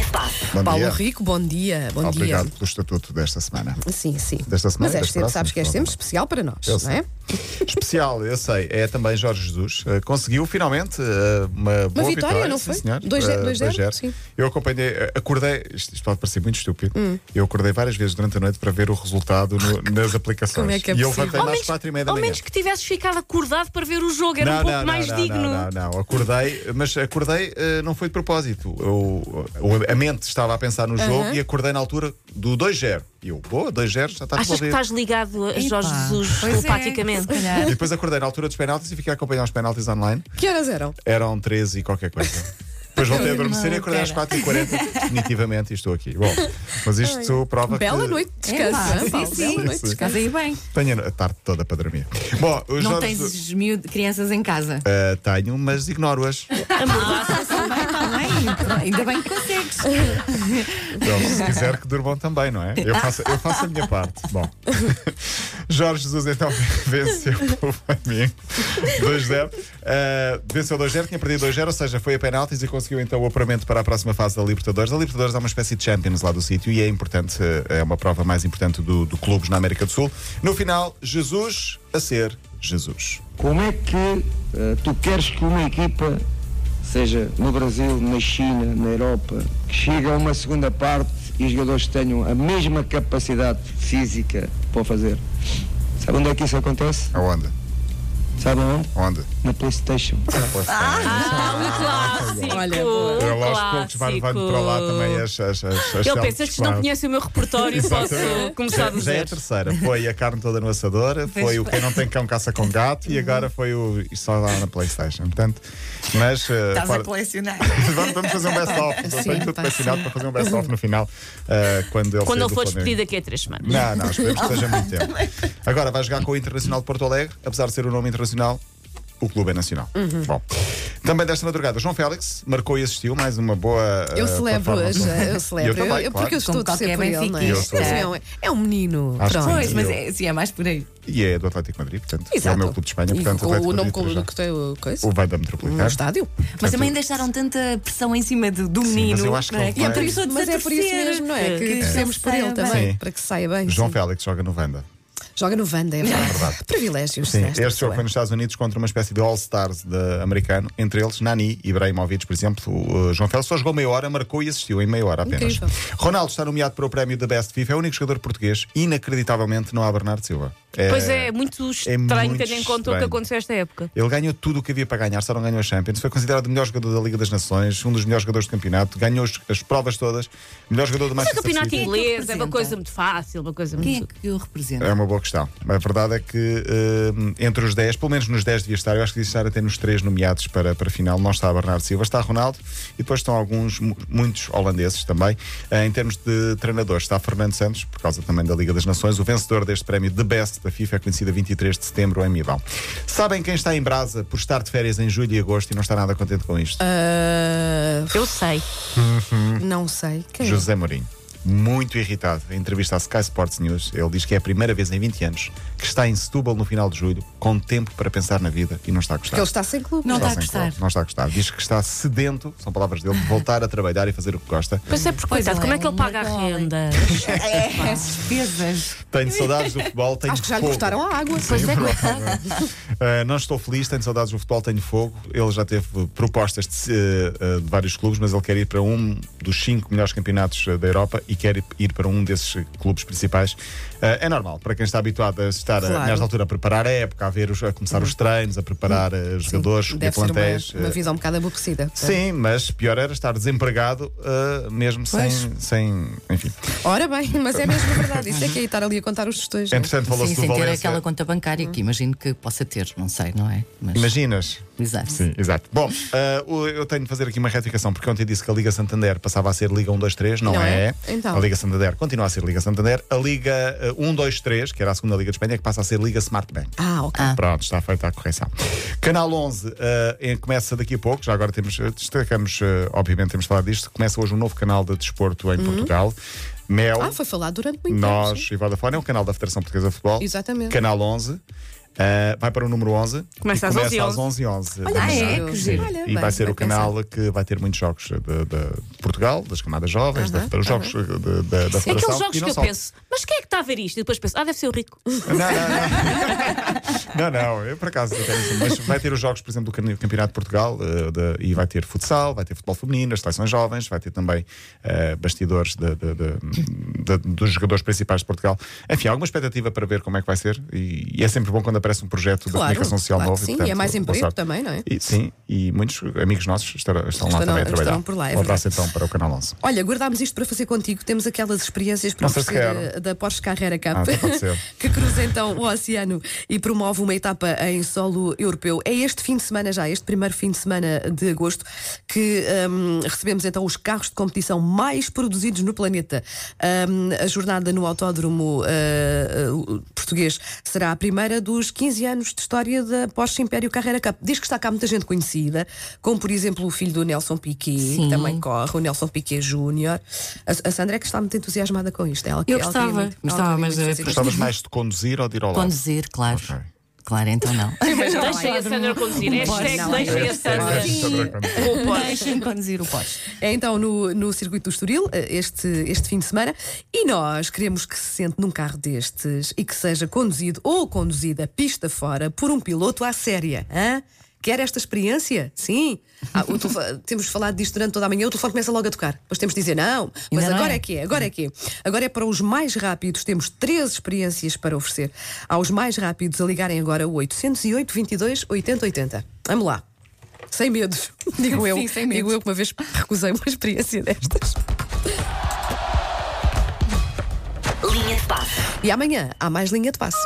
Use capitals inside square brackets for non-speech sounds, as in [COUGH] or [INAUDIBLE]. Espaço. Bom Paulo dia. Rico, bom dia. Bom Obrigado dia. pelo estatuto desta semana. Sim, sim. Desta semana, Mas és desta sempre, próxima, sabes que és claro. sempre especial para nós, Eu não é? Especial, eu sei, é também Jorge Jesus. Eh, conseguiu finalmente eh, uma boa vitória, não sim, foi? senhor. Dois ze- Eh, dois dois zero. zero, sim. Eu acompanhei, eh, acordei, isto, isto pode parecer muito estúpido, Hum. eu acordei várias vezes durante a noite para ver o resultado [LAUGHS] no- nas aplicações. Como é que é e eu possível? levantei Ao mais menos, quatro e meia da ao manhã. menos que tivesses ficado acordado para ver o jogo, era não, um pouco não, mais não, digno. Não, não, não. Acordei, mas acordei, eh, não foi de propósito. Eu, eu- a mente estava a pensar no jogo e acordei na altura do 2-0. E eu, boa, 2-0, já está Achas que resolvido. estás ligado a Jorge Epá, Jesus pois é, telepaticamente? se [LAUGHS] E depois acordei na altura dos penaltis e fiquei a acompanhar os penaltis online. Que horas eram? Eram 13 e qualquer coisa. Depois voltei a adormecer e acordei às 4h40, definitivamente, e estou aqui. Bom, mas isto prova Bela que. noite de descanso, não Epá, é, sim, Paulo? sim. Bela noite de Sim, sim. descanso. Estás aí bem. Tenho a tarde toda para dormir. Bom, os Não Jorge- tens miúdo, crianças em [LAUGHS] casa. Ah, tenho, mas ignoro-as. Ainda tá bem que É consegues. Então, se quiser que durmam também, não é? Eu faço, eu faço a minha parte. Bom, [LAUGHS] Jorge Jesus então [LAUGHS] venceu o Flamengo 2-0. Ah, venceu 2-0, tinha perdido 2-0, ou seja, foi a penaltis e conseguiu então o apuramento para a próxima fase da Libertadores. A Libertadores é uma espécie de Champions lá do sítio e é importante, eh, é uma prova mais importante do, do clubes na América do Sul. No final, Jesus a ser Jesus. Como é que eh, tu queres que uma equipa, seja no Brasil, na China, na Europa, que chegue a uma segunda parte e os jogadores tenham a mesma capacidade física para o fazer? Sabe onde é que isso acontece? Aonde? Sabe onde? Onde? Na Playstation. Ah, Clássico! Olha, boa. Ele aos poucos vai levando para lá também as. as, as, as um Ele selfies, pensa, estes claro. não conhecem o meu repertório, posso começar Já, do já é a zero. terceira. Foi a carne toda no assador, foi o quem não tem cão caça com gato e agora foi o isto só lá na Playstation. Portanto, mas eh, Estás a fora- colecionar. [LAUGHS] vamos, vamos fazer um best-of. Eu Sim, tenho tudo pá, patinado para fazer um best-of no final eh, quando ele Quando sair ele for do Flamengo. despedido daqui a três semanas. Não, não, esperemos que seja muito tempo. Agora vai jogar com o Internacional de Porto Alegre, apesar de ser o nome internacional. O clube é nacional. Bom. Também desta madrugada, João Félix marcou e assistiu mais uma boa. eh, Eu celebro performance. hoje, eu celebro. também, claro. porque eu estou Como de ser qualquer por ele, não é? benfiquista. Eu sou. Sim, é um- É um menino. Acho que Pronto. Pois, mas eu- é, sim, é mais por aí. E é do Atlético de Madrid, portanto, é Exato. o meu clube de Espanha. E Portanto, com Atlético o de nome Madrid, com para o já. que tem o coisa? o vai da No Metropolitana. estádio. Mas também Portanto, deixaram tanta pressão em cima do, do menino. mas eu acho que não é? ele Que ele vai- começou a Mas é por isso desaparecer. mesmo, não é? Que Que torcemos por ele saia também, bem. para que saia bem. João sim. Félix joga no Vanda. Joga no Vanda, é verdade. Privilégios. Sim, este nesta jogo pessoa. foi nos Estados Unidos contra uma espécie de All-Stars de- americano, entre eles Nani e Ibrahimovic, por exemplo. O, uh, João Félix só jogou meia hora, marcou e assistiu em meia hora apenas. Incrível. Ronaldo está nomeado para o prémio da Best FIFA, é o único jogador português, inacreditavelmente não há Bernardo Silva. Pois é, é muito estranho muito tendo em conta o que estranho. aconteceu esta época. Ele ganhou tudo o que havia para ganhar, só não ganhou a Champions. Foi considerado o melhor jogador da Liga das Nações, um dos melhores jogadores do campeonato, ganhou as, as provas todas, melhor jogador do Mas o Manchester campeonato City. inglês é uma representa? coisa muito fácil, uma coisa Quem é muito. que o representa? É uma boa questão. A verdade é que hum, entre os 10, pelo menos nos 10 devia estar, eu acho que devia estar até nos 3 nomeados para, para a final. Não está Bernardo Silva, está Ronaldo e depois estão alguns, mu- muitos holandeses também. Eh, em termos de treinadores, está Fernando Santos, por causa também da Liga das Nações. O vencedor deste prémio The Best da FIFA é conhecido a 23 de setembro em Milão. Sabem quem está em brasa por estar de férias em julho e agosto e não está nada contente com isto? Ah, Eu sei. não sei. Quem é? José Mourinho. Muito irritado. Em entrevista à Sky Sports News, ele diz que é a primeira vez em 20 anos que está em Setúbal no final de julho, com tempo para pensar na vida e não está a gostar. Porque ele está sem clube. Não é? está a sem gostar. clube, Não está a gostar. Diz que está sedento, são palavras dele, de voltar a trabalhar e fazer o que gosta. Pois é, porque Pois coitado, é, como é que ele uma paga a [LAUGHS] cola. renda? É, as despesas. Tenho saudades do futebol, tenho tá. Acho que já lhe fogo. cortaram a água. Pois é, coitado. Uh, não estou feliz, tenho saudades do futebol, tenho fogo. Ele já teve uh, propostas de, uh, uh, de vários clubes, mas ele quer ir para um dos cinco melhores campeonatos uh, da Europa e quer ir para um desses uh, clubes principais. Uh, é normal, para quem está habituado a estar uh, Claro. nesta altura a preparar a época, a, ver os- a começar os treinos, a preparar uh, jogadores, Sim, escolher deve ser plantéis. uma, uma uh, visão um bocado aborrecida. Sim, mas pior era estar desempregado, uh, mesmo sem, sem. Enfim. Ora bem, mas é mesmo verdade. Isso é que é estar ali a contar os tostões. não é? Entretanto, falou-se Sim, do sem ter Valência. aquela conta bancária que imagino que possa ter, não sei, não é? Mas, Imaginas? Exato. Sim, exato. Bom, ah, o- eu tenho de fazer aqui uma retificação, porque ontem disse que a Liga Santander passava a ser Liga 123, não, Não é? é? Então. A Liga Santander continua a ser Liga Santander. A Liga ah, 123, que era a segunda Liga de Espanha, é que passa a ser Liga Smart Bank. Ah, ok. Ah. Pronto, está feita a correção. Canal 11 ah, em- começa daqui a pouco, já agora temos, ah, destacamos, ah, obviamente temos falado disto, começa hoje um novo canal de desporto em Portugal, Mel. Uhum. Ah, foi falado durante muito tempo. Nós sim. e Vodafone é um canal da Federação Portuguesa de Futebol. Exatamente. Canal 11. Ah, vai para o número 11. Começa e às começa 11, às 11 11 Olha, Ah, que é? giro. Que giro. Olha, e bem, vai ser bem o canal que vai ter muitos jogos de, de- de Portugal, das camadas jovens, da- dos jogos de- de- da Federação. Aqueles jogos e não que eu só. penso, mas quem é que está a ver isto? E depois penso, ah, deve ser o rico. Não, não, não. [LAUGHS] não, não, eu por acaso não tenho isso, mas vai ter os jogos, por exemplo, do Campe- Campeonato de Portugal eh, de- e vai ter futsal, vai ter futebol feminino, as seleções jovens, vai ter também eh, bastidores de- de- de- de- dos jogadores principais de Portugal. Enfim, há alguma expectativa para ver como é que vai ser e, e é sempre bom quando aparece um projeto de Claro, comunicação social claro que novo. sim, e portanto, é mais boa emprego sorte. também, não é? E- sim, e muitos amigos nossos estarão, estão lá Estarão- também a estarão trabalhar. por lá, é um abraço então para o Canal 11. Olha, guardámos isto para fazer contigo. Temos aquelas experiências para Não sei se oferecer quero. eh, da Porsche Carrera Cup, Ah, então pode ser. [LAUGHS] que cruza então o oceano e promove uma etapa em solo europeu. É este fim de semana já, este primeiro fim de semana de agosto, que hum, recebemos então os carros de competição mais produzidos no planeta. Hum, a jornada no autódromo eh, eh, português será a primeira dos 15 anos de história da Porsche Império Carrera Cup. Diz que está cá muita gente conhecida, como por exemplo o filho do Nelson Piquet, que Sim. também corre, o Nelson Piquet Júnior. A, a Sandra é que está muito entusiasmada com isto. Ela, Eu ela gostava, queria muito- ela gostava, queria É, mas muito é fazer isto. Gostavas mais de conduzir ou de ir ao lado? Conduzir, claro. Ok. Claro, então não. Deixa a Sandra conduzir. Hashtag não, deixa a Sandra. Um Com o [LAUGHS] Porsche. Deixem-me conduzir o Porsche. É então no, no circuito do Estoril, eh, este, este fim de semana, e nós queremos que se sente num carro destes e que seja conduzido ou conduzida pista fora por um piloto à séria. Hã? Quer esta experiência? Sim. Ah, o telefone- [LAUGHS] temos falado disto durante toda a manhã, o telefone começa logo a tocar. Depois temos de dizer não, mas Ainda não agora é. é que é, agora é que é. Agora é para os mais rápidos, temos três experiências para oferecer. Aos mais rápidos a ligarem agora o 808 22 80 80. Vamos lá. Sem medos, [LAUGHS] digo eu. Sim, sem medos. Digo eu que uma vez recusei uma experiência destas. Linha de passe. E amanhã há mais linha de passo.